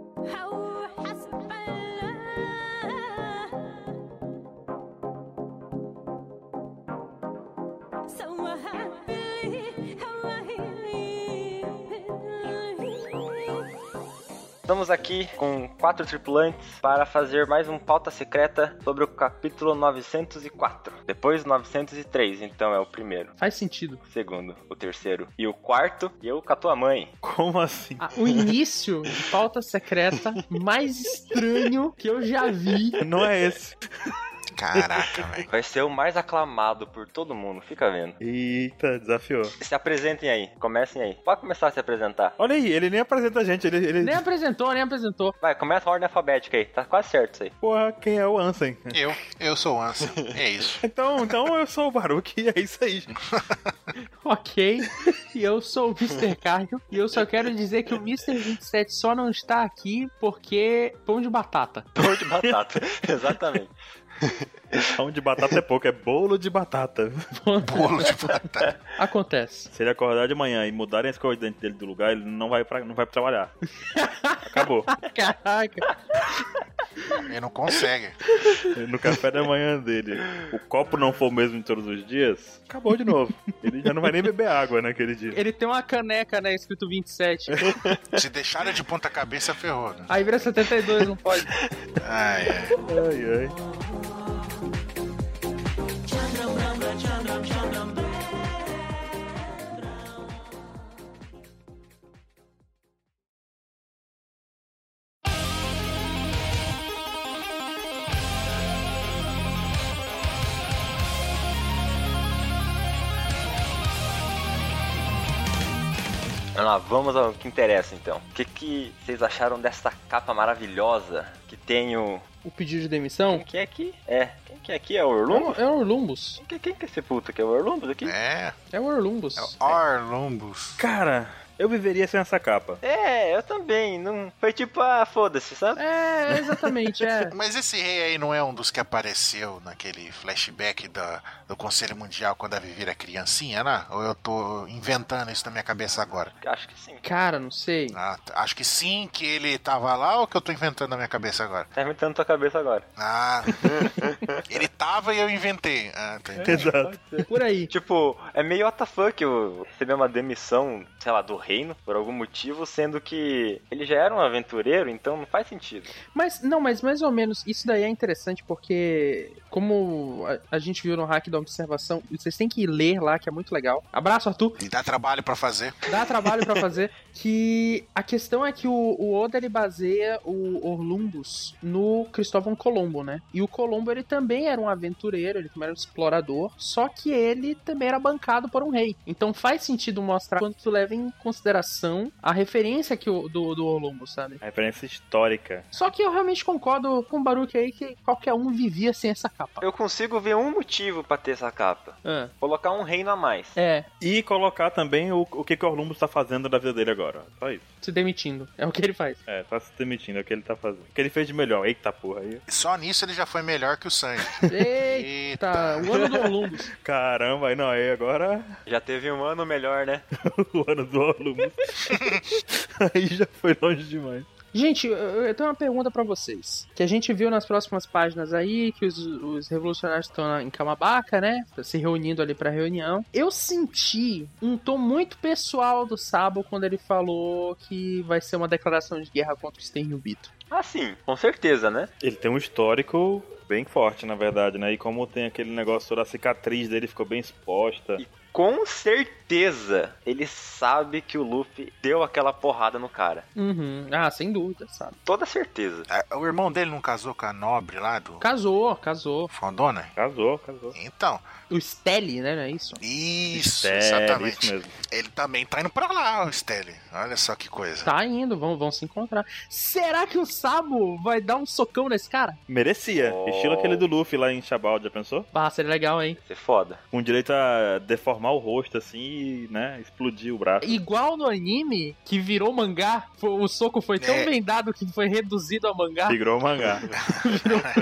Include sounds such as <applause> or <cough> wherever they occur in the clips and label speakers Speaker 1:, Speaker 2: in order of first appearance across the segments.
Speaker 1: أو حسب الله سواها باللي هواهي
Speaker 2: Estamos aqui com quatro tripulantes para fazer mais um pauta secreta sobre o capítulo 904. Depois 903, então é o primeiro,
Speaker 3: Faz sentido.
Speaker 2: o segundo, o terceiro e o quarto. E eu com a tua mãe.
Speaker 4: Como assim?
Speaker 3: Ah, o início de pauta secreta mais estranho que eu já vi.
Speaker 4: Não é esse.
Speaker 5: Caraca, velho.
Speaker 2: Vai ser o mais aclamado por todo mundo, fica vendo.
Speaker 4: Eita, desafiou.
Speaker 2: Se apresentem aí, comecem aí. Pode começar a se apresentar.
Speaker 4: Olha aí, ele nem apresenta a gente, ele. ele...
Speaker 3: Nem apresentou, nem apresentou.
Speaker 2: Vai, começa a ordem alfabética aí, tá quase certo <laughs> isso aí.
Speaker 4: Porra, quem é o Ansem?
Speaker 5: Eu, eu sou o Anson. É isso.
Speaker 4: Então, então eu sou o Baruch e é isso aí, gente.
Speaker 3: Ok. E eu sou o Mr. Cargo. E eu só quero dizer que o Mr. 27 só não está aqui porque pão de batata.
Speaker 2: Pão de batata, <laughs> exatamente.
Speaker 4: Pão de batata é pouco, é bolo de batata.
Speaker 5: Bolo de batata.
Speaker 3: Acontece.
Speaker 4: Se ele acordar de manhã e mudarem as coisas dentro dele do lugar, ele não vai pra, não vai pra trabalhar. Acabou.
Speaker 3: Caraca.
Speaker 5: Ele não consegue.
Speaker 4: No café da manhã dele, o copo não for o mesmo de todos os dias, acabou de novo. Ele já não vai nem beber água naquele dia.
Speaker 3: Ele tem uma caneca, né? Escrito 27.
Speaker 5: Se deixar ele de ponta cabeça, ferrou. Né?
Speaker 3: Aí vira 72, não pode.
Speaker 5: Ai, ai.
Speaker 4: Ai, ai.
Speaker 2: Vamos lá, vamos ao que interessa então. O que, que vocês acharam dessa capa maravilhosa que tem o.
Speaker 3: O pedido de demissão?
Speaker 2: Quem que é aqui? É. Quem que é aqui? É o
Speaker 3: É
Speaker 2: Orlumbo?
Speaker 3: o- É o Orlumbus.
Speaker 2: Quem, quem que é esse puto aqui? É o Orlumbus aqui?
Speaker 5: É,
Speaker 3: É o Orlumbus.
Speaker 5: é o Orlumbus.
Speaker 4: Cara, eu viveria sem essa capa.
Speaker 2: É, eu também. Não... Foi tipo, ah, foda-se, sabe?
Speaker 3: É, exatamente, é.
Speaker 5: Mas esse rei aí não é um dos que apareceu naquele flashback da, do Conselho Mundial quando a Vivi era criancinha, né? Ou eu tô inventando isso na minha cabeça agora?
Speaker 2: Acho que sim.
Speaker 3: Cara, não sei.
Speaker 5: Ah, t- acho que sim, que ele tava lá ou que eu tô inventando na minha cabeça agora?
Speaker 2: Tá inventando tua cabeça agora.
Speaker 5: Ah, <laughs> ele tava e eu inventei. Ah, tá.
Speaker 4: Exato.
Speaker 3: Por aí.
Speaker 2: Tipo, é meio what the fuck eu receber uma demissão, sei lá, do reino, por algum motivo, sendo que ele já era um aventureiro, então não faz sentido.
Speaker 3: Mas, não, mas mais ou menos, isso daí é interessante porque, como a, a gente viu no hack da observação, vocês têm que ler lá, que é muito legal. Abraço, Arthur.
Speaker 5: E dá trabalho pra fazer.
Speaker 3: Dá trabalho pra fazer. Que a questão é que o, o Oda, ele baseia o Orlumbus no Cristóvão Colombo, né? E o Colombo, ele também era um aventureiro, ele também era um explorador, só que ele também era bancado por um rei. Então faz sentido mostrar quanto leva em consideração a referência que o, do, do Orlumbus, sabe?
Speaker 4: A referência histórica.
Speaker 3: Só que eu realmente concordo com o Baruch aí que qualquer um vivia sem essa capa.
Speaker 2: Eu consigo ver um motivo pra ter essa capa.
Speaker 3: Ah,
Speaker 2: Colocar um reino a mais.
Speaker 3: É,
Speaker 4: E colocar também o, o que, que o Orlumbus tá fazendo da vida dele agora. Só isso.
Speaker 3: se demitindo. É o que ele faz.
Speaker 4: É, tá se demitindo, é o que ele tá fazendo. O que ele fez de melhor. Eita porra aí.
Speaker 5: Só nisso ele já foi melhor que o <laughs> Sanji.
Speaker 3: <laughs> Eita,
Speaker 5: Eita.
Speaker 3: o ano do Orlumbus.
Speaker 4: Caramba, aí não, aí agora <laughs>
Speaker 2: Já teve um ano melhor, né?
Speaker 4: o ano do
Speaker 5: <laughs>
Speaker 4: Orlumbus. aí já foi longe demais.
Speaker 3: Gente, eu- eu tenho uma pergunta pra vocês. Que a gente viu nas próximas páginas aí, que os, os revolucionários estão na- em Camabaca, né? Se reunindo ali pra reunião. Eu senti um tom muito pessoal do Sabo quando ele falou que vai ser uma declaração de guerra contra o Sten Bito.
Speaker 2: Ah, sim, com certeza, né?
Speaker 4: Ele tem um histórico bem forte, na verdade, né? E como tem aquele negócio toda a cicatriz dele ficou bem exposta.
Speaker 2: Com certeza ele sabe que o Luffy deu aquela porrada no cara.
Speaker 3: Uhum. Ah, sem dúvida, sabe?
Speaker 2: Toda certeza.
Speaker 5: Ah, O irmão dele não casou com a nobre lá do
Speaker 3: Casou, casou.
Speaker 5: Fondona?
Speaker 4: Casou, casou.
Speaker 5: Então,
Speaker 3: O Steli, né? Não é isso?
Speaker 5: isso,
Speaker 4: É,
Speaker 5: exatamente.
Speaker 4: isso mesmo.
Speaker 5: Ele também tá indo pra lá, o Stelle. Olha só que coisa.
Speaker 3: Tá indo, vão, vão se encontrar. Será que o Sabo vai dar um socão nesse cara?
Speaker 4: Merecia.
Speaker 2: Oh.
Speaker 4: Estilo aquele do Luffy lá em Chabal, já pensou?
Speaker 3: Bah, Ah, seria legal, hein?
Speaker 2: Isso é foda.
Speaker 4: Com direito a deformar o rosto, assim, e e, né, explodir o braço.
Speaker 3: Igual no anime, que virou mangá, fo- o soco foi tão
Speaker 5: É.
Speaker 3: vendado que foi reduzido a mangá.
Speaker 4: Virou um mangá.
Speaker 3: <laughs>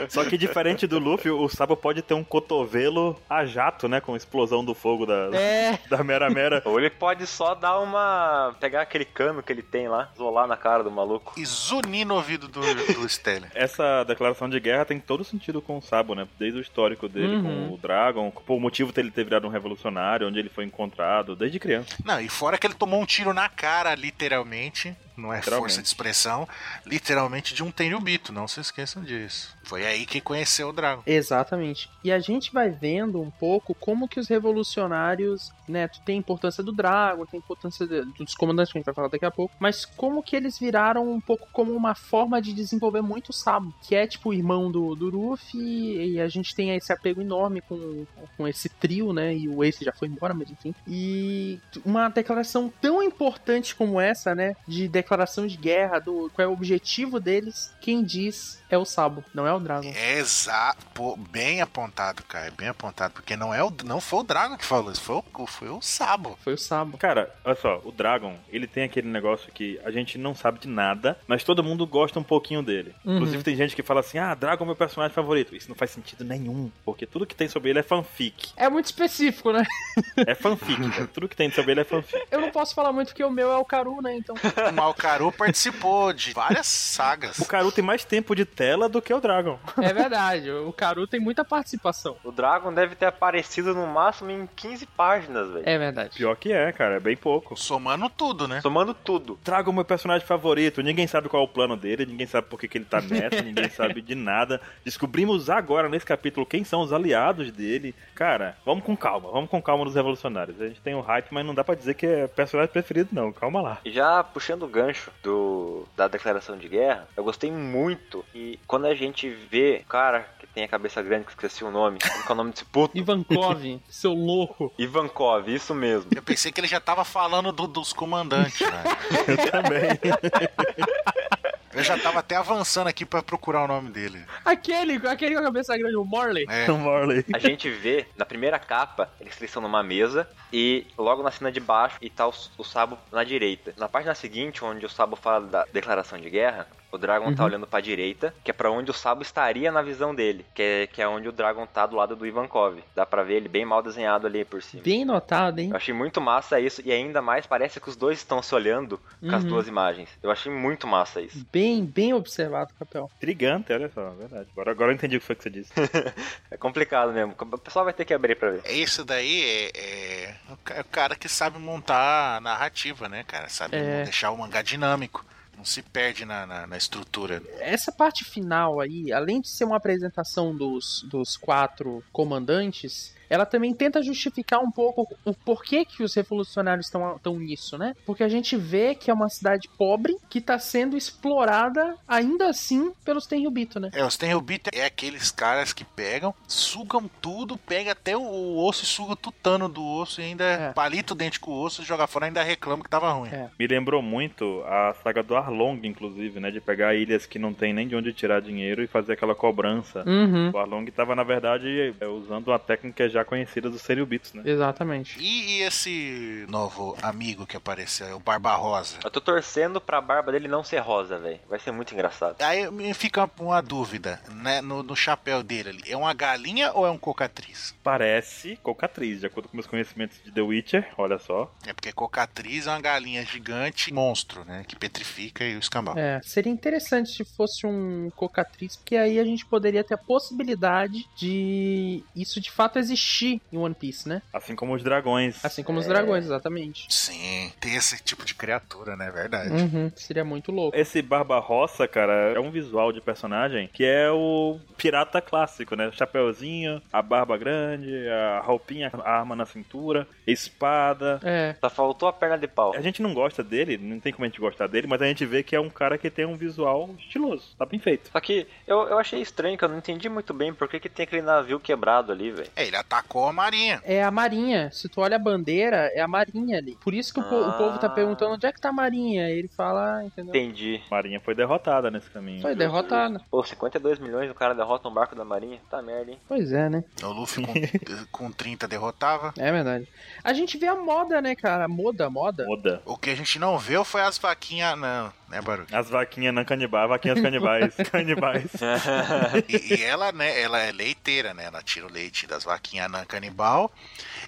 Speaker 4: Só que diferente do Luffy, o Sabo pode ter um cotovelo a jato, né? Com a explosão do fogo da,
Speaker 3: É,
Speaker 4: da Mera Mera.
Speaker 2: Ou ele pode só dar uma. pegar aquele cano que ele tem lá, isolar na cara do maluco.
Speaker 5: E zunir no ouvido do, do <laughs> Stellium.
Speaker 4: Essa declaração de guerra tem todo sentido com o Sabo, né? Desde o histórico dele
Speaker 3: Uhum.
Speaker 4: com o Dragon, pô, o motivo dele ter virado um revolucionário, onde ele foi encontrado, desde criança.
Speaker 5: Não, e fora que ele tomou um tiro na cara, literalmente. Não é
Speaker 4: Literalmente.
Speaker 5: força de expressão. Literalmente de um Tenryubito, não se esqueçam disso. Foi aí que conheceu o Dragon.
Speaker 3: Exatamente. E a gente vai vendo um pouco como que os revolucionários, né, tu tem a importância do Drago, tem a importância de- dos comandantes que a gente vai falar daqui a pouco, mas como que eles viraram um pouco como uma forma de desenvolver muito o Sabo, que é tipo o irmão do, do Luffy, e a gente tem esse apego enorme com, com esse trio, né, e o Ace já foi embora, mas enfim. E uma declaração tão importante como essa, né, de declaração de guerra, do qual é o objetivo deles, quem diz é o Sabo, não é o Drago.
Speaker 5: Exato. Pô, Bem apontado, cara. Bem apontado. Porque não, é o, não foi o Dragon que falou isso, foi o, foi o Sabo.
Speaker 3: Foi o Sabo.
Speaker 4: Cara, olha só, o Dragon, ele tem aquele negócio que a gente não sabe de nada, mas todo mundo gosta um pouquinho dele.
Speaker 3: Uhum.
Speaker 4: Inclusive tem gente que fala assim, ah, Dragon é meu personagem favorito. Isso não faz sentido nenhum, porque tudo que tem sobre ele é fanfic.
Speaker 3: É muito específico, né?
Speaker 4: É fanfic, cara. Tudo que tem sobre ele é fanfic.
Speaker 3: Eu não posso falar muito porque o meu é o Caru, né? Então.
Speaker 5: O Malcaru participou de várias sagas.
Speaker 4: O Karu tem mais tempo de tela do que o Dragon.
Speaker 3: <laughs> É verdade, o Caru tem muita participação.
Speaker 2: O Dragon deve ter aparecido no máximo em 15 páginas, velho.
Speaker 3: É verdade.
Speaker 4: Pior que é, cara, é bem pouco.
Speaker 5: Somando tudo, né?
Speaker 2: Somando tudo.
Speaker 4: Dragon é meu personagem favorito, ninguém sabe qual é o plano dele, ninguém sabe por que, que ele tá nessa, ninguém sabe de nada. Descobrimos agora nesse capítulo quem são os aliados dele. Cara, vamos com calma, vamos com calma nos revolucionários. A gente tem um hype, mas não dá pra dizer que é personagem preferido, não. Calma lá.
Speaker 2: E Já puxando o gancho do, da declaração de guerra, eu gostei muito que quando a gente vê o cara que tem a cabeça grande, que esqueci o nome, como que é o nome desse puto?
Speaker 3: Ivankov, seu louco.
Speaker 2: Ivankov, isso mesmo.
Speaker 5: Eu pensei que ele já tava falando do- dos comandantes, né?
Speaker 4: Eu também. <laughs>
Speaker 5: Eu já tava até avançando aqui pra procurar o nome dele.
Speaker 3: Aquele, aquele com a cabeça grande, o Morley.
Speaker 5: É.
Speaker 4: O Morley.
Speaker 2: A gente vê na primeira capa, eles eles estão numa mesa e logo na cena de baixo e tá o, o Sabo na direita. Na página seguinte, onde o Sabo fala da declaração de guerra, o Dragon tá olhando pra direita, que é pra onde o Sabo estaria na visão dele, que é, que é onde o Dragon tá do lado do Ivankov. Dá pra ver ele bem mal desenhado ali por cima.
Speaker 3: Bem notado, hein?
Speaker 2: Eu achei muito massa isso, e ainda mais parece que os dois estão se olhando com as
Speaker 3: Uhum.
Speaker 2: duas imagens. Eu achei muito massa isso.
Speaker 3: Bem, bem observado, Capel.
Speaker 4: Intrigante, olha só, é verdade. Agora, agora eu entendi o que foi que você disse.
Speaker 2: É complicado mesmo. O pessoal vai ter que abrir pra ver.
Speaker 5: É Isso daí é, é o ca- é o cara que sabe montar a narrativa, né, cara? Sabe
Speaker 3: É.
Speaker 5: deixar o mangá dinâmico. Não se perde na, na- na estrutura.
Speaker 3: Essa parte final aí, além de ser uma apresentação dos, dos quatro comandantes, ela também tenta justificar um pouco o porquê que os revolucionários estão estão nisso, né? Porque a gente vê que é uma cidade pobre que tá sendo explorada ainda assim pelos Tenryubito, né?
Speaker 5: É, os Tenryubito é aqueles caras que pegam, sugam tudo, pega até o, o osso e suga o tutano do osso e ainda
Speaker 3: É.
Speaker 5: palita o dente com o osso, joga fora e ainda reclama que tava ruim.
Speaker 3: É.
Speaker 4: Me lembrou muito a saga do Arlong, inclusive, né? De pegar ilhas que não tem nem de onde tirar dinheiro e fazer aquela cobrança.
Speaker 3: Uhum.
Speaker 4: O Arlong tava, na verdade, é, usando uma técnica já conhecida dos Seriubitos, né?
Speaker 3: Exatamente.
Speaker 5: E, e esse novo amigo que apareceu, é o Barba Rosa?
Speaker 2: Eu tô torcendo pra barba dele não ser rosa, velho. Vai ser muito engraçado.
Speaker 5: Aí me fica uma dúvida, né? No, no chapéu dele ali. É uma galinha ou é um cocatriz?
Speaker 4: Parece Cocatriz, de acordo com meus conhecimentos de The Witcher, olha só.
Speaker 5: É porque cocatriz é uma galinha gigante, monstro, né? Que petrifica e o escambau.
Speaker 3: É, seria interessante se fosse um cocatriz, porque aí a gente poderia ter a possibilidade de isso de fato existir em One Piece, né?
Speaker 4: Assim como os dragões.
Speaker 3: Assim como os dragões, exatamente.
Speaker 5: Sim, tem esse tipo de criatura, né? Verdade.
Speaker 3: Uhum, seria muito louco.
Speaker 4: Esse Barbarossa, cara, é um visual de personagem que é o pirata clássico, né? Chapeuzinho, a barba grande, a roupinha, a arma na cintura, espada.
Speaker 3: É,
Speaker 2: Só faltou a perna de pau.
Speaker 4: A gente não gosta dele, não tem como a gente gostar dele, mas a gente vê que é um cara que tem um visual estiloso, tá bem feito.
Speaker 2: Só que eu, eu achei estranho, que eu não entendi muito bem por que, que tem aquele navio quebrado ali, velho.
Speaker 5: É, ele atacou a marinha.
Speaker 3: É a marinha. Se tu olha a bandeira, é a marinha ali. Por isso que o, po- o
Speaker 2: Ah.
Speaker 3: povo tá perguntando onde é que tá a marinha. Ele fala, ah, entendeu?
Speaker 2: Entendi.
Speaker 4: Marinha foi derrotada nesse caminho.
Speaker 3: Foi derrotada.
Speaker 2: Pô, 52 milhões o cara derrota um barco da marinha? Tá merda, hein?
Speaker 3: Pois é, né?
Speaker 5: O Luffy com, com 30 derrotava.
Speaker 3: É verdade. A gente vê a moda, né, cara? Moda, moda.
Speaker 4: Oda.
Speaker 5: O que a gente não viu foi as vaquinhas. Não, né, Baruch?
Speaker 4: As vaquinhas não canibais, vaquinhas <laughs> canibais, canibais.
Speaker 5: E, e ela, né, ela é leiteira, né? Ela tira o leite das vaquinhas na canibal.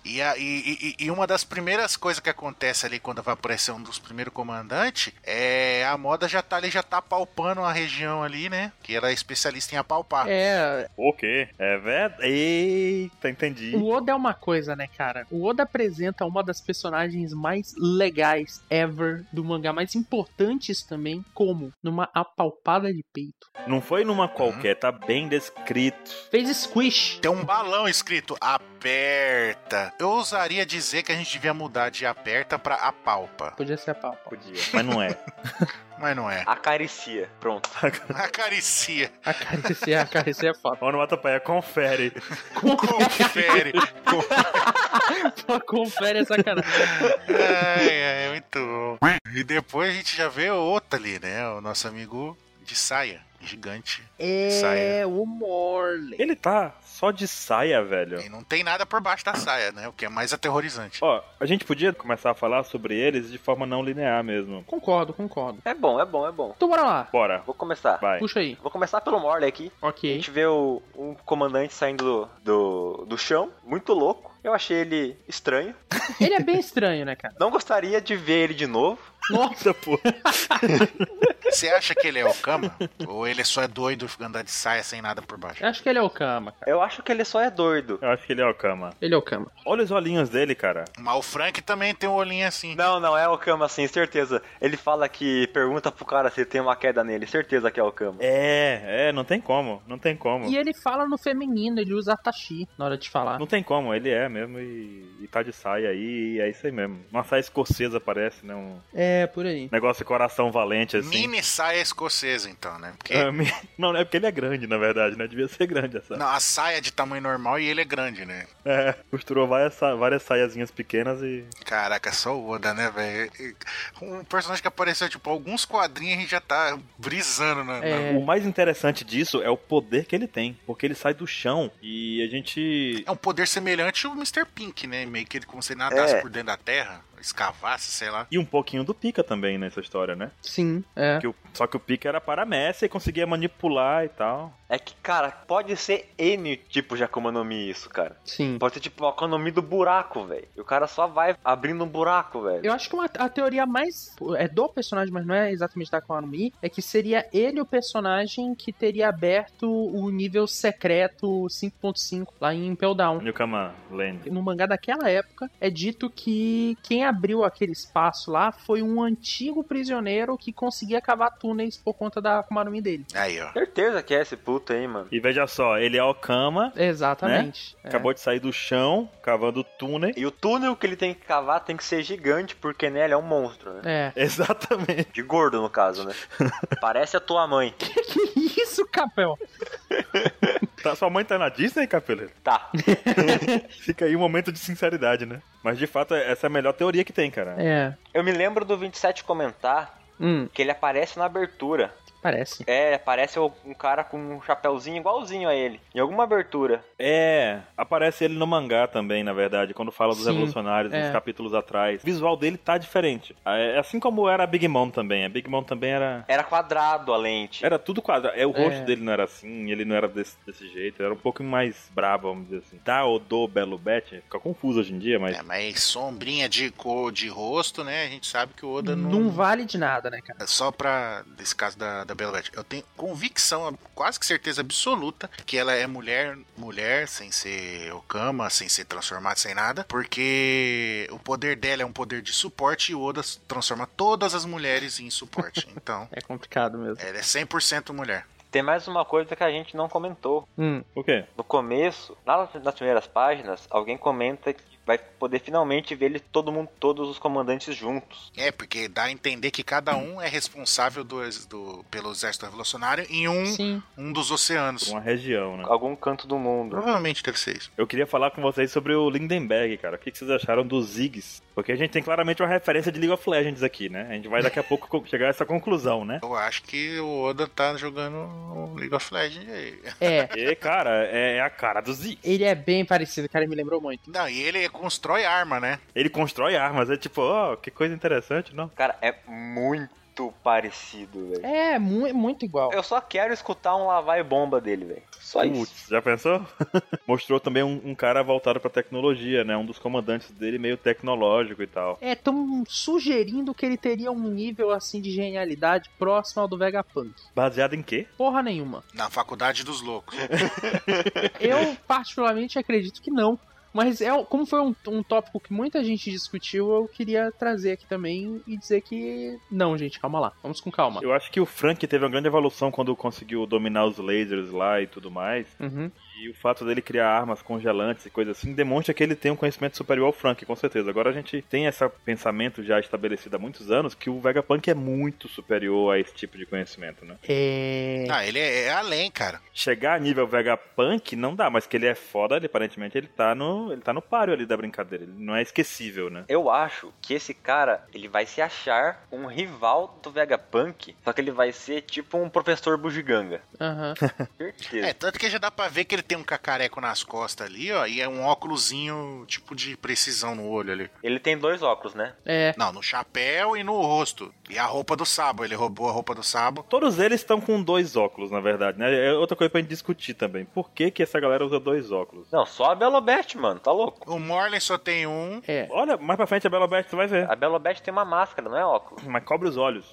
Speaker 5: E, a, e, e- e uma das primeiras coisas que acontece ali quando vai aparecer um dos primeiros comandantes é a moda já tá ali, já tá palpando a região ali, né? Que ela é especialista em apalpar.
Speaker 3: É,
Speaker 4: o quê? É verdade. Eita, entendi.
Speaker 3: o Oda é uma coisa, né, cara? O Oda apresenta uma das personagens mais legais ever do mangá, mais importantes também, como numa apalpada de peito.
Speaker 4: Não foi numa qualquer, tá bem descrito.
Speaker 3: Fez squish.
Speaker 5: Tem um balão escrito aperta. Eu ousaria dizer que a gente devia mudar de aperta pra apalpa,
Speaker 3: Podia ser a palpa.
Speaker 2: Podia.
Speaker 4: Mas <laughs> não é.
Speaker 5: mas não é. <laughs>
Speaker 2: Acaricia. Pronto.
Speaker 5: Acaricia,
Speaker 3: Acarecer, acarecer é foda.
Speaker 4: Onomatopeia, confere.
Speaker 5: confere.
Speaker 3: Só confere essa cara.
Speaker 5: Ai, ai, muito bom. E depois a gente já vê outra ali, né? O nosso amigo de saia, gigante.
Speaker 3: É,
Speaker 5: Saia.
Speaker 3: o Morley.
Speaker 4: Ele tá só de saia, velho.
Speaker 5: E não tem nada por baixo da saia, né? O que é mais aterrorizante.
Speaker 4: Ó, a gente podia começar a falar sobre eles de forma não linear mesmo.
Speaker 3: Concordo, concordo.
Speaker 2: É bom, é bom, é bom.
Speaker 3: Então bora lá.
Speaker 4: Bora,
Speaker 2: Vou começar.
Speaker 4: vai.
Speaker 3: Puxa aí.
Speaker 2: Vou começar pelo Morley aqui. A <laughs>
Speaker 3: Ok.
Speaker 2: gente vê o, um comandante saindo do, do, do chão, muito louco. Eu achei ele estranho.
Speaker 3: Ele é bem estranho, né, cara?
Speaker 2: Não gostaria de ver ele de novo.
Speaker 3: Nossa.
Speaker 4: Puta, pô.
Speaker 5: Você acha que ele é o Kama? Ou ele só é doido andar de saia sem nada por baixo?
Speaker 3: eu Acho que ele é o Kama, cara.
Speaker 2: Eu acho que ele só é doido.
Speaker 4: <laughs> Eu acho que ele é o Kama.
Speaker 3: Ele é o Kama.
Speaker 4: Olha os olhinhos dele, cara.
Speaker 5: Mas o Frank também tem um olhinho assim.
Speaker 2: Não, não, é o Kama, sim, certeza. Ele fala que pergunta pro cara se tem uma queda nele, certeza que é o Kama.
Speaker 4: É, é, não tem como, não tem como.
Speaker 3: E é- ele fala no feminino, ele usa atashi na hora de falar.
Speaker 4: Não tem como, ele é mesmo e, e tá de saia aí, e é isso aí mesmo. Uma saia escocesa parece, né? Um
Speaker 3: É, por aí.
Speaker 4: negócio de coração valente, assim.
Speaker 5: Mini saia escocesa, então, né? Porque
Speaker 4: Ah, mi- <laughs> Não, é porque ele é grande, na verdade, né? Devia ser grande essa.
Speaker 5: não, a saia é de tamanho normal e ele é grande, né?
Speaker 4: É, costurou várias, sa- várias saiazinhas pequenas e.
Speaker 5: Caraca, só o Oda, né, velho? Um personagem que apareceu, tipo, alguns quadrinhos a gente já tá brisando na, na-
Speaker 3: É.
Speaker 4: O mais interessante disso é o poder que ele tem, porque ele sai do chão e a gente.
Speaker 5: É um poder semelhante ao Mr. Pink, né? Meio que ele como se ele nadasse
Speaker 2: É.
Speaker 5: por dentro da terra, escavasse, sei lá.
Speaker 4: E um pouquinho do Pika também nessa história, né?
Speaker 3: Sim, é.
Speaker 4: Que o- Só que o Pika era para Messi e conseguia manipular e tal.
Speaker 2: É que, cara, pode ser N tipo de Akuma no Mi isso, cara.
Speaker 3: Sim.
Speaker 2: Pode ser tipo uma Akuma no Mi do buraco, velho. E o cara só vai abrindo um buraco, velho.
Speaker 3: Eu acho que uma, a teoria mais. É do personagem, mas não é exatamente da Akuma no Mi. É que seria ele o personagem que teria aberto o nível secreto 5.5 lá em Impel Down.
Speaker 4: Newcama Land.
Speaker 3: No mangá daquela época, é dito que quem abriu aquele espaço lá foi um antigo prisioneiro que conseguia cavar túneis por conta da Akuma no Mi dele.
Speaker 5: Aí, ó.
Speaker 2: Certeza que é esse puto aí, mano.
Speaker 4: E veja só, ele é o Kama,
Speaker 3: Exatamente. É.
Speaker 4: acabou de sair do chão, cavando túnel. <laughs>
Speaker 2: E o túnel que ele tem que cavar tem que ser gigante, porque nele é um monstro, né?
Speaker 3: É.
Speaker 4: Exatamente.
Speaker 2: De gordo, no caso, né? Parece a tua mãe.
Speaker 3: Que <laughs> isso, Capel?
Speaker 4: Tá, sua mãe tá na Disney, Capeleiro?
Speaker 2: Tá.
Speaker 4: Fica aí um momento de sinceridade, né? Mas de fato, essa é a melhor teoria que tem, cara.
Speaker 3: É.
Speaker 2: Eu me lembro do 27 comentar
Speaker 3: Hum,
Speaker 2: que ele aparece na abertura.
Speaker 3: parece.
Speaker 2: É, aparece um cara com um chapéuzinho igualzinho a ele. Em alguma abertura.
Speaker 4: É, aparece ele no mangá também, na verdade, quando fala dos
Speaker 3: Sim,
Speaker 4: revolucionários,
Speaker 3: é.
Speaker 4: uns capítulos atrás. O visual dele tá diferente. É assim como era a Big Mom também. A Big Mom também era.
Speaker 2: Era quadrado a lente.
Speaker 4: Era tudo quadrado. É, o rosto
Speaker 3: É.
Speaker 4: dele não era assim, ele não era desse, desse jeito, era um pouco mais brabo, vamos dizer assim. Da ou do Belo Bet, fica confuso hoje em dia, mas.
Speaker 5: É, mas sombrinha de cor de rosto, né? A gente sabe que o Oda não.
Speaker 3: Não vale de nada, né, cara?
Speaker 5: É Só pra. Nesse caso da, da Bella Beth, eu tenho convicção, quase que certeza absoluta, que ela é mulher, mulher, sem ser Okama, sem ser transformada, sem nada, porque o poder dela é um poder de suporte e o Oda transforma todas as mulheres em suporte. Então,
Speaker 3: É complicado mesmo.
Speaker 5: ela é 100% mulher.
Speaker 2: Tem mais uma coisa que a gente não comentou.
Speaker 3: Hum.
Speaker 4: Por quê?
Speaker 2: No começo, lá nas primeiras páginas, alguém comenta que vai vai poder finalmente ver ele, todo mundo, todos os comandantes juntos.
Speaker 5: É, porque dá a entender que cada um é responsável do, ex- do- pelo exército revolucionário em um,
Speaker 3: Sim.
Speaker 5: um dos oceanos.
Speaker 4: Uma região, né?
Speaker 2: Algum canto do mundo.
Speaker 5: Provavelmente deve ser isso.
Speaker 4: Eu queria falar com vocês sobre o Lindenberg, cara. O que que vocês acharam dos Ziggs? Porque a gente tem claramente uma referência de League of Legends aqui, né? A gente vai daqui a pouco co- chegar a essa conclusão, né?
Speaker 5: Eu acho que o Oda tá jogando o League of Legends aí.
Speaker 3: É.
Speaker 4: E, cara, é é a cara do Ziggs.
Speaker 3: Ele é bem parecido, cara, me lembrou muito.
Speaker 5: Não, e ele constrói arma, né?
Speaker 4: Ele constrói armas, é tipo, ó, que coisa interessante, não?
Speaker 2: Cara, é muito parecido, velho.
Speaker 3: É, mu muito igual.
Speaker 2: Eu só quero escutar um lavar e bomba dele, velho. Só isso.
Speaker 4: Putz, já pensou? <laughs> Mostrou também um, um cara voltado pra tecnologia, né? Um dos comandantes dele meio tecnológico e tal.
Speaker 3: É, tão sugerindo que ele teria um nível assim de genialidade próximo ao do Vegapunk.
Speaker 4: Baseado em quê?
Speaker 3: Porra nenhuma.
Speaker 5: Na faculdade dos loucos.
Speaker 3: Eu, particularmente, acredito que não. Mas é, como foi um, um tópico que muita gente discutiu, eu queria trazer aqui também e dizer que. Não, gente, calma lá. Vamos com calma.
Speaker 4: Eu acho que o Frank teve uma grande evolução quando conseguiu dominar os lasers lá e tudo mais.
Speaker 3: Uhum.
Speaker 4: E o fato dele criar armas congelantes e coisas assim demonstra que ele tem um conhecimento superior ao Frank, com certeza. Agora a gente tem esse pensamento já estabelecido há muitos anos que o Vegapunk é muito superior a esse tipo de conhecimento, né?
Speaker 3: É.
Speaker 5: Ah, ele é, é além, cara.
Speaker 4: Chegar a nível Vegapunk não dá, mas que ele é foda, ele aparentemente ele tá no, ele tá no páreo ali da brincadeira, ele não é esquecível, né?
Speaker 2: Eu acho que esse cara, ele vai se achar um rival do Vegapunk, só que ele vai ser tipo um professor bugiganga.
Speaker 3: Aham.
Speaker 2: Certeza.
Speaker 5: É, tanto que já dá pra ver que ele tem um cacareco nas costas ali, ó, e é um óculosinho tipo de precisão no olho ali.
Speaker 2: Ele tem dois óculos, né?
Speaker 3: É.
Speaker 5: Não, no chapéu e no rosto. E a roupa do Sabo, ele roubou a roupa do Sabo.
Speaker 4: Todos eles estão com dois óculos, na verdade, né? É outra coisa pra gente discutir também. Por que que essa galera usa dois óculos?
Speaker 2: Não, só a Belobete, mano, tá louco?
Speaker 5: O Morley só tem um.
Speaker 3: É.
Speaker 4: Olha, mais pra frente a Bela Beth, tu vai ver.
Speaker 2: A Belobete tem uma máscara, não é óculos.
Speaker 4: Mas cobre os olhos.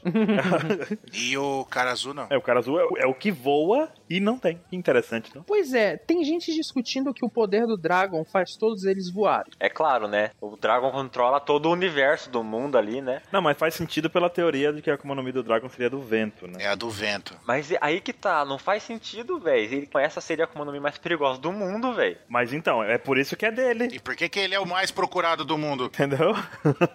Speaker 5: E o cara azul não.
Speaker 4: É, o cara azul é, o- é o que voa e não tem. Que Interessante, não?
Speaker 3: Pois é, tem gente discutindo que o poder do Dragon faz todos eles voarem.
Speaker 2: É claro, né? O Dragon controla todo o universo do mundo ali, né?
Speaker 4: Não, mas faz sentido pela teoria de que a Akuma no Mi do Dragon seria do vento, né?
Speaker 5: É a do vento.
Speaker 2: Mas é aí que tá, não faz sentido, velho. Ele essa seria a Akuma no Mi mais perigosa do mundo, velho.
Speaker 4: Mas então, é por isso que é dele.
Speaker 5: E por que, que ele é o mais procurado do mundo?
Speaker 4: Entendeu?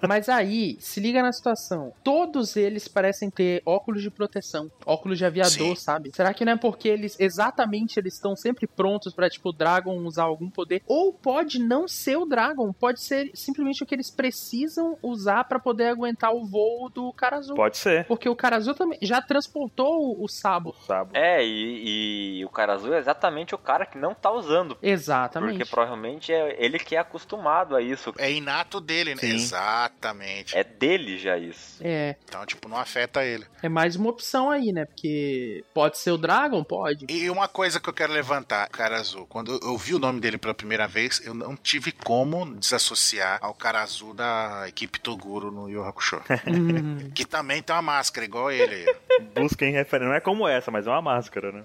Speaker 3: Mas aí, se liga na situação. Todos eles parecem ter óculos de proteção, óculos de aviador,
Speaker 5: Sim.
Speaker 3: sabe? Será que não é porque eles exatamente eles estão sempre prontos pra tipo o Dragon usar algum poder? Ou pode não ser o Dragon, pode ser simplesmente o que eles precisam usar pra poder aguentar o voo do cara azul.
Speaker 4: Pode ser.
Speaker 3: Porque o cara azul também já transportou o, o Sabo.
Speaker 4: Sabo.
Speaker 2: É, e, e o cara azul é exatamente o cara que não tá usando.
Speaker 3: Exatamente.
Speaker 2: Porque provavelmente é ele que é acostumado a isso.
Speaker 5: É inato dele, né?
Speaker 4: Sim.
Speaker 5: Exatamente.
Speaker 2: É dele já isso.
Speaker 3: É,
Speaker 5: Então, tipo, não afeta ele.
Speaker 3: é mais uma opção aí, né? Porque pode ser o Dragon,
Speaker 5: <laughs>
Speaker 3: pode.
Speaker 5: E uma coisa que eu quero levantar, cara azul. Quando eu vi o nome dele pela primeira vez, eu não tive como desassociar ao cara azul da equipe Toguro no
Speaker 4: <laughs>
Speaker 5: Yu Hakusho.
Speaker 3: Hum.
Speaker 5: que também tem uma máscara igual ele.
Speaker 4: Busquem referência. Não é como essa, mas é uma máscara, né?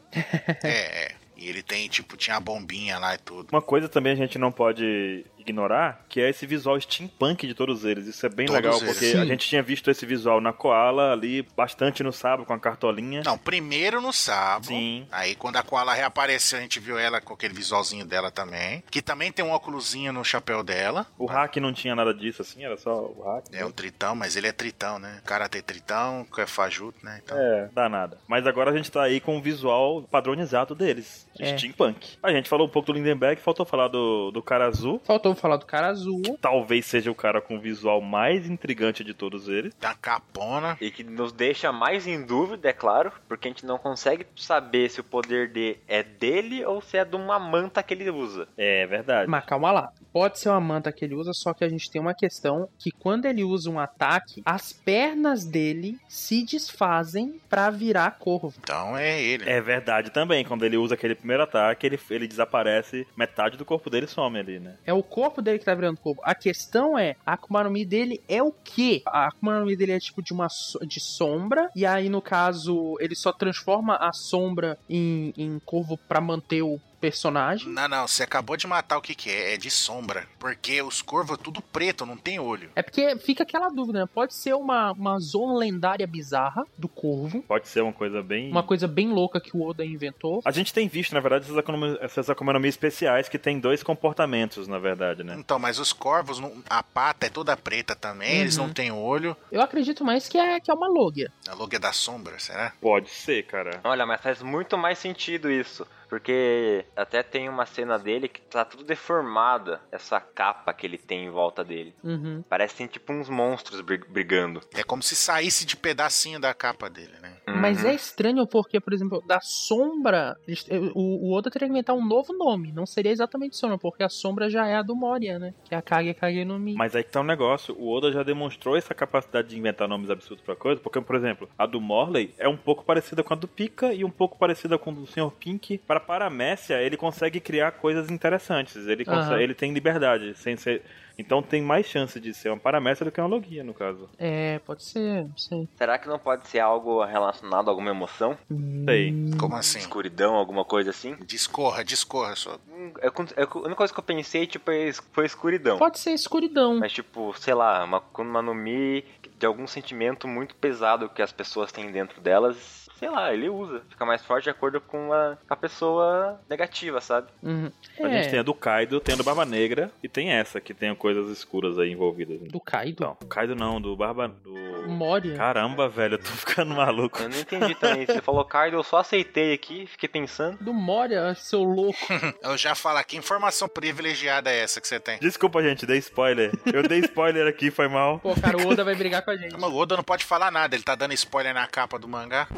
Speaker 5: é, é. E ele tem, tipo, tinha a bombinha lá e tudo.
Speaker 4: Uma coisa também a gente não pode ignorar, que é esse visual steampunk de todos eles. Isso é bem
Speaker 5: Todos
Speaker 4: legal,
Speaker 5: eles.
Speaker 4: porque
Speaker 3: Sim.
Speaker 4: a gente tinha visto esse visual na Koala ali, bastante no Sabo, com a cartolinha.
Speaker 5: Não, primeiro no sábado.
Speaker 4: Sim.
Speaker 5: Aí quando a Koala reapareceu, a gente viu ela com aquele visualzinho dela também. Que também tem um óculosinho no chapéu dela.
Speaker 4: O hack não tinha nada disso, assim, era só o hack.
Speaker 5: É um tritão, mas ele é tritão, né? O cara tem tritão, que é fajuto, né? Então,
Speaker 4: É, danada. Mas agora a gente tá aí com o visual padronizado deles.
Speaker 3: É.
Speaker 4: Steampunk. A gente falou um pouco do Lindenberg, faltou falar do, do cara azul.
Speaker 3: Faltou falar do cara azul.
Speaker 4: Talvez seja o cara com o visual mais intrigante de todos eles.
Speaker 5: Tem uma capona.
Speaker 2: E que nos deixa mais em dúvida, é claro, porque a gente não consegue saber se o poder de é dele ou se é de uma manta que ele usa.
Speaker 4: É verdade.
Speaker 3: Mas calma lá. Pode ser uma manta que ele usa, só que a gente tem uma questão que quando ele usa um ataque, as pernas dele se desfazem pra virar corvo.
Speaker 5: Então é ele.
Speaker 4: É verdade também. Quando ele usa aquele primeiro ataque, ele, ele desaparece, metade do corpo dele some ali, né?
Speaker 3: É o corpo dele que tá virando corvo. A questão é, a Akuma no Mi dele é o quê? A Akuma no Mi dele é tipo de uma so- de sombra, e aí no caso ele só transforma a sombra em, em corvo pra manter o personagem.
Speaker 5: Não, não, você acabou de matar o que que é, é de sombra. Porque os corvos é tudo preto, não tem olho.
Speaker 3: É porque fica aquela dúvida, né? Pode ser uma, uma zona lendária bizarra do corvo,
Speaker 4: Pode ser uma coisa bem.
Speaker 3: uma coisa bem louca que o Oda inventou.
Speaker 4: A gente tem visto, na verdade, essas, economi- essas economias especiais que tem dois comportamentos, na verdade, né?
Speaker 5: Então, mas os corvos, não- a pata é toda preta também, eles
Speaker 3: Uhum.
Speaker 5: não têm olho.
Speaker 3: Eu acredito mais que é, que é uma logia.
Speaker 5: A logo é da sombra, será?
Speaker 4: Pode ser, cara.
Speaker 2: Olha, mas faz muito mais sentido isso. Porque até tem uma cena dele que tá tudo deformada, essa capa que ele tem em volta dele.
Speaker 3: Uhum.
Speaker 2: Parece que tem tipo uns monstros bri- brigando.
Speaker 5: É como se saísse de pedacinho da capa dele, né?
Speaker 3: Mas
Speaker 2: Uhum.
Speaker 3: é estranho porque, por exemplo, da sombra, eles- o, o Oda teria que inventar um novo nome. Não seria exatamente sombra, porque a sombra já é a do Moria, né? Que é a Kage Kage no Mi.
Speaker 4: Mas aí que tá um negócio. O Oda já demonstrou essa capacidade de inventar nomes absurdos pra coisa. Porque, por exemplo, a do Morley é um pouco parecida com a do Pika e um pouco parecida com a do Sr. Pink. Para Paramécia, ele consegue criar coisas interessantes. Ele, consegue-
Speaker 3: Aham.
Speaker 4: ele tem liberdade. sem ser- Então tem mais chance de ser uma Paramécia do que uma Logia, no caso.
Speaker 3: É, pode ser, não sei.
Speaker 2: Será que não pode ser algo relacionado a alguma emoção?
Speaker 4: Sei.
Speaker 3: Hum,
Speaker 5: Como assim?
Speaker 2: Escuridão, alguma coisa assim?
Speaker 5: Discorra, discorra. Só.
Speaker 2: Hum, eu con- eu- a única coisa que eu pensei tipo, é es- foi escuridão.
Speaker 3: Pode ser escuridão.
Speaker 2: Mas, tipo, sei lá, uma Akuma no Mi de algum sentimento muito pesado que as pessoas têm dentro delas, sei lá, ele usa. Fica mais forte de acordo com a, a pessoa negativa, sabe?
Speaker 3: Uhum.
Speaker 4: A gente
Speaker 3: É,
Speaker 4: tem a do Kaido, tem a do Barba Negra e tem essa que tem coisas escuras aí envolvidas.
Speaker 3: do Kaido.
Speaker 4: Não, Kaido não, do Barba. Do...
Speaker 3: Moria.
Speaker 4: Caramba, velho, eu tô ficando maluco.
Speaker 2: Eu não entendi também. Você falou Kaido, eu só aceitei aqui, fiquei pensando.
Speaker 3: Do Moria, seu louco.
Speaker 5: Eu já falo, que informação privilegiada é essa que você tem?
Speaker 4: Desculpa, gente, dei spoiler. Eu dei spoiler aqui, foi mal.
Speaker 3: Pô, cara, o Oda vai brigar com a gente.
Speaker 5: Mas O Oda não pode falar nada, ele tá dando spoiler na capa do mangá.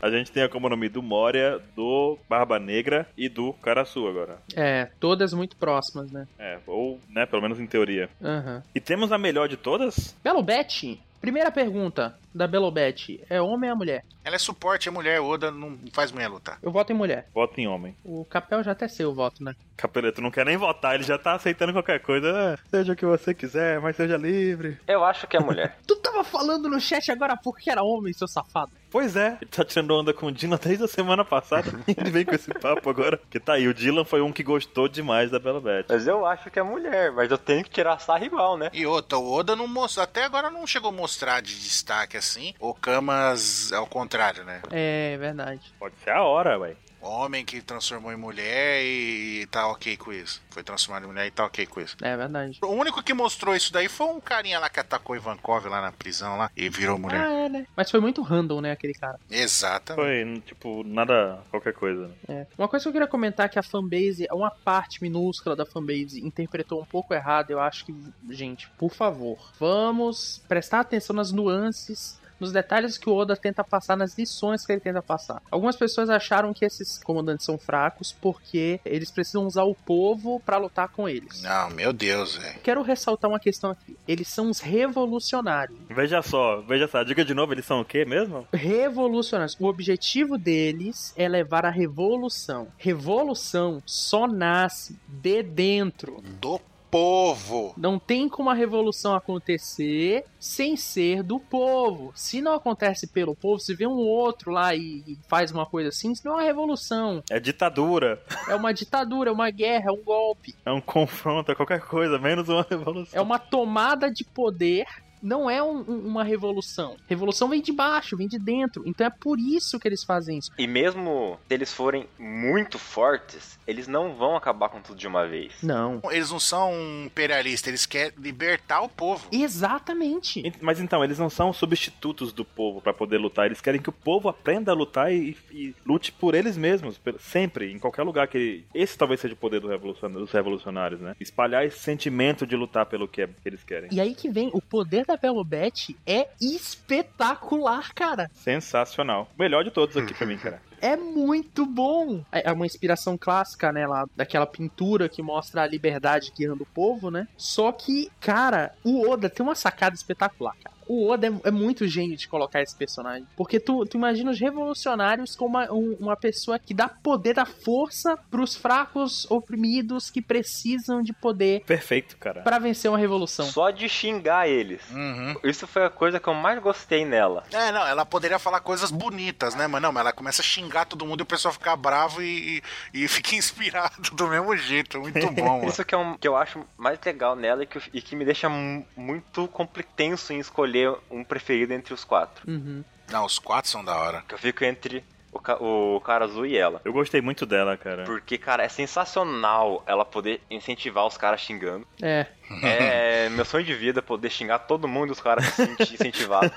Speaker 4: A gente tem a como nome do Moria, do Barba Negra e do Karasu agora.
Speaker 3: É, todas muito próximas, né?
Speaker 4: É, ou, né, pelo menos em teoria.
Speaker 3: Aham.
Speaker 4: E temos a melhor de todas?
Speaker 3: Belobete. Primeira pergunta da Belobete. É homem ou é mulher?
Speaker 5: Ela é suporte, é mulher, o Oda não faz mulher lutar.
Speaker 3: Eu voto em mulher.
Speaker 4: Voto em homem.
Speaker 3: O Capel já até sei o voto, né?
Speaker 4: Capeleto não quer nem votar, ele já tá aceitando qualquer coisa. Ah, seja o que você quiser, mas seja livre.
Speaker 2: Eu acho que é mulher.
Speaker 3: Tu tava falando no chat agora porque era homem, seu safado.
Speaker 4: Pois é, ele tá tirando onda com o Dylan desde a semana passada. <laughs> ele vem com esse papo agora. Que tá aí, o Dylan foi um que gostou demais da Bela Beth.
Speaker 2: <laughs> mas eu acho que é mulher, mas eu tenho que tirar sarra igual, né?
Speaker 5: E outra, o Oda não mostrou, até agora não chegou a mostrar de destaque assim. O Camas, ao contrário, né?
Speaker 3: É, verdade.
Speaker 4: Pode ser a hora, ué.
Speaker 5: Homem que transformou em mulher e tá ok com isso. Foi transformado em mulher e tá ok com isso.
Speaker 3: É verdade.
Speaker 5: O único que mostrou isso daí foi um carinha lá que atacou Ivankov lá na prisão lá e virou mulher.
Speaker 3: Ah, é, né? Mas foi muito random, né, aquele cara.
Speaker 5: Exatamente.
Speaker 4: Foi, tipo, nada, qualquer coisa. né?
Speaker 3: É. Uma coisa que eu queria comentar é que a fanbase, uma parte minúscula da fanbase, interpretou um pouco errado. Eu acho que, gente, por favor, vamos prestar atenção nas nuances. Nos detalhes que o Oda tenta passar, nas lições que ele tenta passar. Algumas pessoas acharam que esses comandantes são fracos porque eles precisam usar o povo pra lutar com eles.
Speaker 5: Não, Ah, meu Deus, velho.
Speaker 3: Quero ressaltar uma questão aqui. Eles são os revolucionários.
Speaker 4: Veja só, veja só, diga de novo, eles são o quê mesmo?
Speaker 3: revolucionários. O objetivo deles é levar a revolução. Revolução só nasce de dentro.
Speaker 5: Do povo.
Speaker 3: Não tem como a revolução acontecer sem ser do povo. Se não acontece pelo povo, se vê um outro lá e e faz uma coisa assim, isso não é uma revolução.
Speaker 4: É ditadura,
Speaker 3: É uma ditadura, é uma guerra, é um golpe.
Speaker 4: é um confronto, é qualquer coisa, menos uma <laughs> revolução.
Speaker 3: É uma tomada de poder. Não é um- um- uma revolução. Revolução vem de baixo, vem de dentro. Então é por isso que eles fazem isso.
Speaker 2: E mesmo se eles forem muito fortes, eles não vão acabar com tudo de uma vez.
Speaker 3: Não.
Speaker 5: Eles não são imperialistas, eles querem libertar o povo.
Speaker 3: Exatamente.
Speaker 4: Ent- Mas então, eles não são substitutos do povo pra poder lutar, eles querem que o povo aprenda a lutar e, e lute por eles mesmos, pe- sempre, em qualquer lugar que ele... Esse talvez seja o poder do revolucion- dos revolucionários, né? Espalhar esse sentimento de lutar pelo que, é- que eles querem.
Speaker 3: E aí que vem, o poder da Belobete é espetacular, cara.
Speaker 4: Sensacional. Melhor de todos aqui pra mim, cara.
Speaker 3: É muito bom. É é uma inspiração clássica, né, lá, daquela pintura que mostra a liberdade guiando o povo, né? Só que, cara, o Oda tem uma sacada espetacular, cara. o Oda é, é muito gênio de colocar esse personagem. Porque tu, tu imagina os revolucionários como uma, um- uma pessoa que dá poder, dá força pros fracos oprimidos que precisam de poder
Speaker 4: Perfeito, cara.
Speaker 3: pra vencer uma revolução.
Speaker 2: Só de xingar eles.
Speaker 5: Uhum.
Speaker 2: Isso foi a coisa que eu mais gostei nela.
Speaker 5: É, não, ela poderia falar coisas bonitas, né? Mas não, mas ela começa a xingar todo mundo e o pessoal fica bravo e, e, <laughs> e fica inspirado do mesmo jeito. Muito bom, mano.
Speaker 2: Isso que, é um, que eu acho mais legal nela e que, e que me deixa mu- muito compli- tenso em escolher um preferido entre os quatro.
Speaker 3: Uhum.
Speaker 5: Não, os quatro são da hora.
Speaker 2: Que eu fico entre o, ca- o cara azul e ela.
Speaker 4: Eu gostei muito dela, cara.
Speaker 2: Porque, cara, é sensacional ela poder incentivar os caras <laughs> xingando.
Speaker 3: É.
Speaker 2: É meu sonho de vida poder xingar todo mundo e os caras se sentir <laughs> incentivados.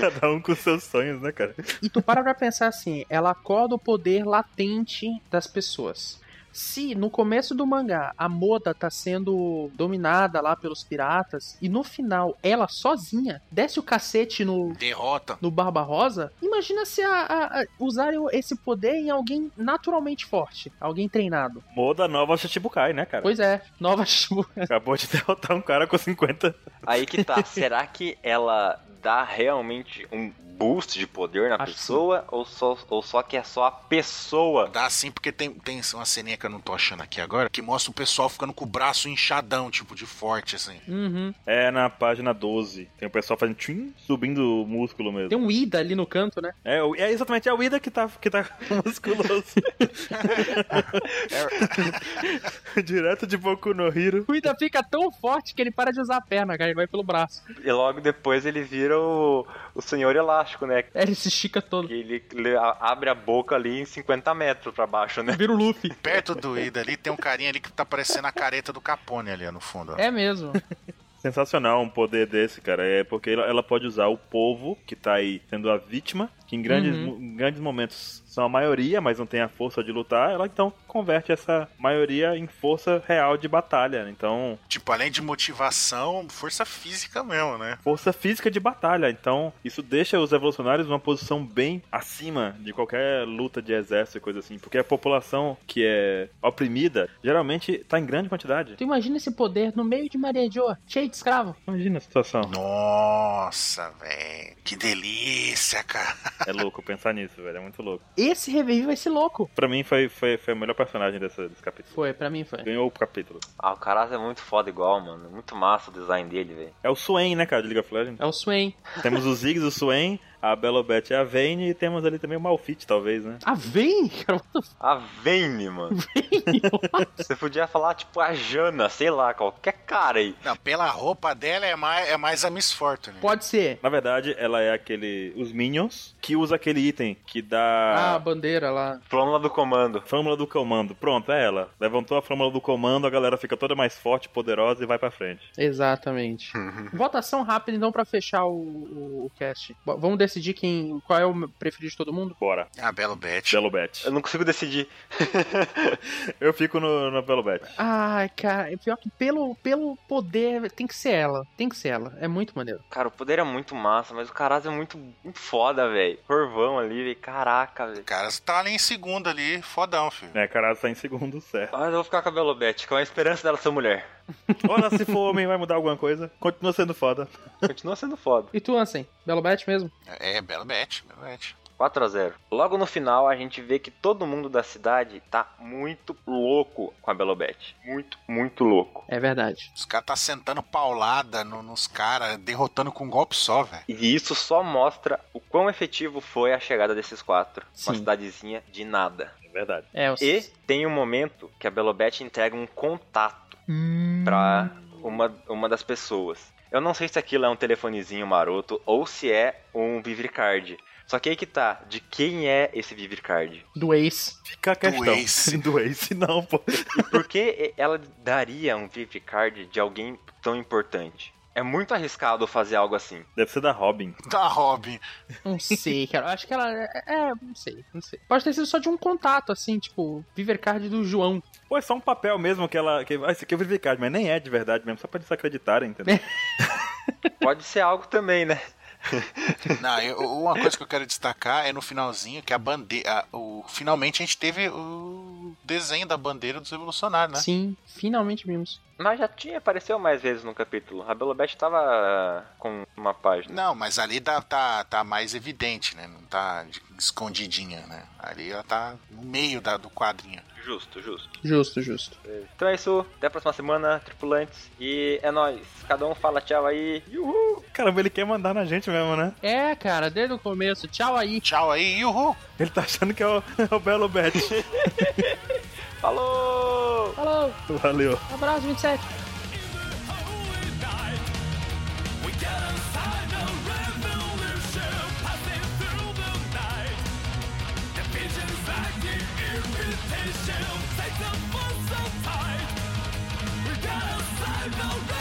Speaker 4: Cada um com seus sonhos, né, cara?
Speaker 3: E tu para pra pensar assim, ela acorda o poder latente das pessoas. Se no começo do mangá a moda tá sendo dominada lá pelos piratas e no final ela sozinha desce o cacete no,
Speaker 5: Derrota.
Speaker 3: no Barba Rosa, imagina se a, a- a- usarem esse poder em alguém naturalmente forte, alguém treinado.
Speaker 4: Moda nova Shichibukai, né, cara?
Speaker 3: Pois é, nova <laughs> Shibu.
Speaker 4: Acabou de <laughs> derrotar um cara com 50.
Speaker 2: Aí que tá, será que ela dá realmente um boost de poder na
Speaker 3: Acho que
Speaker 2: pessoa? Ou só, ou só que é só a pessoa?
Speaker 5: Dá sim, porque tem, tem uma ceninha que eu não tô achando aqui agora, que mostra o pessoal ficando com o braço inchadão, tipo, de forte, assim.
Speaker 3: Uhum.
Speaker 4: É na página 12. Tem o pessoal fazendo tchim, subindo o músculo mesmo.
Speaker 3: Tem um Ida ali no canto, né?
Speaker 4: É, o- é exatamente a Wida que tá, que tá <laughs> musculoso. <laughs> Direto de Boku no Hiro.
Speaker 3: O Ida fica tão forte que ele para de usar a perna, cara, ele vai pelo braço.
Speaker 2: E logo depois ele vira o, o senhor elástico, né?
Speaker 3: Ele se estica todo.
Speaker 2: Que ele le- a- abre a boca ali em 50 metros pra baixo, né?
Speaker 3: Vira o Luffy.
Speaker 5: Perto do Ida ali tem um carinha ali que tá parecendo a careta do Capone ali ó, no fundo. ó.
Speaker 3: É mesmo.
Speaker 4: Sensacional um poder desse, cara. É porque ela, ela pode usar o povo que tá aí sendo a vítima, que em grandes,
Speaker 3: Uhum.
Speaker 4: mo- em grandes momentos são a maioria, mas não tem a força de lutar. Ela então converte essa maioria em força real de batalha. Então,
Speaker 5: Tipo, além de motivação, força física mesmo, né?
Speaker 4: força física de batalha. Então, isso deixa os revolucionários numa posição bem acima de qualquer luta de exército e coisa assim. Porque a população que é oprimida geralmente tá em grande quantidade.
Speaker 3: Tu imagina esse poder no meio de Maria Jo, cheio de escravo.
Speaker 4: Imagina a situação.
Speaker 5: Nossa, velho. Que delícia, cara.
Speaker 4: É louco pensar nisso, velho. É muito louco.
Speaker 3: Esse revive vai ser louco.
Speaker 4: Pra mim foi, foi, foi o melhor personagem dessa- desse capítulo.
Speaker 3: Foi, pra mim foi.
Speaker 4: Ganhou o capítulo.
Speaker 2: Ah, o Karaz é muito foda igual, mano. Muito massa o design dele, velho.
Speaker 4: É o Swain, né, cara, de League
Speaker 3: <laughs>
Speaker 4: of Legends.
Speaker 3: É o Swain.
Speaker 4: temos o Ziggs, o Swain, a Bellobet e a Vayne. E temos ali também o Malfit, talvez, né?
Speaker 3: Ah, vem, cara. what the
Speaker 2: A Vayne, Ah, mano. Você podia falar, tipo, a Jana, sei lá, qualquer cara aí.
Speaker 5: Não, pela roupa dela é mais, é mais a Miss Fortune.
Speaker 3: f- Pode ser.
Speaker 4: Na verdade, ela é aquele... Os Minions, que usa aquele item que dá...
Speaker 3: Ah, a bandeira lá.
Speaker 2: Plano lá do comando.
Speaker 4: Fórmula do comando. Pronto, é ela. Levantou a fórmula do comando, a galera fica toda mais forte, poderosa e vai pra frente.
Speaker 3: Exatamente.
Speaker 2: Uhum.
Speaker 3: Votação rápida, então, pra fechar o, o, o cast. Bo- Vamos decidir quem, qual é o preferido de todo mundo?
Speaker 4: Bora.
Speaker 5: A Ah, Belo Beth.
Speaker 4: Bellobet. <laughs>
Speaker 2: Eu não consigo decidir.
Speaker 4: Eu fico no, no Bellobet.
Speaker 3: Ai, cara, é pior que pelo, pelo poder, tem que ser ela. Tem que ser ela. É muito maneiro.
Speaker 2: Cara, o poder é muito massa, mas o Karaz é muito, muito foda, velho. Corvão ali, velho. Caraca, velho.
Speaker 5: O cara tá ali em segundo ali, fodão, filho.
Speaker 4: É, Karaz tá em segundo, certo.
Speaker 2: Mas Ah, eu vou ficar com a Belobete, com a é esperança dela ser mulher.
Speaker 4: Olha, se for homem, vai mudar alguma coisa. Continua sendo foda.
Speaker 2: Continua sendo foda.
Speaker 3: E tu, Ansem? Belo Bet mesmo?
Speaker 5: É, Belo Beth, Belo Beth.
Speaker 2: 4 a 0 Logo no final, a gente vê que todo mundo da cidade tá muito louco com a Belobete. Muito, muito louco.
Speaker 3: É verdade.
Speaker 5: Os caras tá sentando paulada no- nos caras, derrotando com um golpe só, velho.
Speaker 2: E isso só mostra o quão efetivo foi a chegada desses quatro. Uma
Speaker 3: Sim.
Speaker 2: cidadezinha de nada.
Speaker 4: É verdade.
Speaker 3: É, os...
Speaker 2: E tem um momento que a Belobete entrega um contato
Speaker 3: Hum.
Speaker 2: pra uma, uma das pessoas. Eu não sei se aquilo é um telefonezinho maroto ou se é um Vivricard. Só que aí que tá, de quem é esse Vivricard?
Speaker 3: Do Ace.
Speaker 4: Fica a questão.
Speaker 5: <laughs> Ace.
Speaker 4: <laughs> Do Ace, não, pô.
Speaker 2: E por que ela daria um Vivricard de alguém tão importante? É muito arriscado fazer algo assim.
Speaker 4: Deve ser da Robin.
Speaker 5: Da Tá, Robin.
Speaker 3: Não sei, cara. Eu Acho que ela. É, é, não sei, não sei. Pode ter sido só de um contato, assim, tipo, Viver Card do João.
Speaker 4: Pô, é só um papel mesmo que ela. Que, ah, esse aqui é o verificado, mas nem é de verdade mesmo, só pra eles acreditarem, <laughs> entendeu?
Speaker 2: Pode ser algo também, né?
Speaker 5: Não, eu- uma coisa que eu quero destacar é no finalzinho que a bandeira. O, finalmente a gente teve o o desenho da bandeira dos revolucionários, né?
Speaker 3: Sim, finalmente vimos.
Speaker 2: Mas já tinha, apareceu mais vezes no capítulo. A Belobete tava com uma página.
Speaker 5: Não, mas ali tá, tá, tá mais evidente, né? Não tá de- escondidinha, né? Ali ela tá no meio da, do quadrinho.
Speaker 2: Justo, justo.
Speaker 3: Justo, justo.
Speaker 2: Então é isso. Até a próxima semana, tripulantes. E é nóis. Cada um fala tchau aí. Uhul!
Speaker 4: Caramba, ele quer mandar na gente mesmo, né?
Speaker 3: É, cara, desde o começo. Tchau aí.
Speaker 5: Tchau aí, uhul!
Speaker 4: Ele tá achando que é o, <laughs> é o Belo Bet.
Speaker 2: Falou!
Speaker 3: Falou,
Speaker 4: Valeu.
Speaker 3: abraço 27.
Speaker 6: Take the full so tight. We gotta save the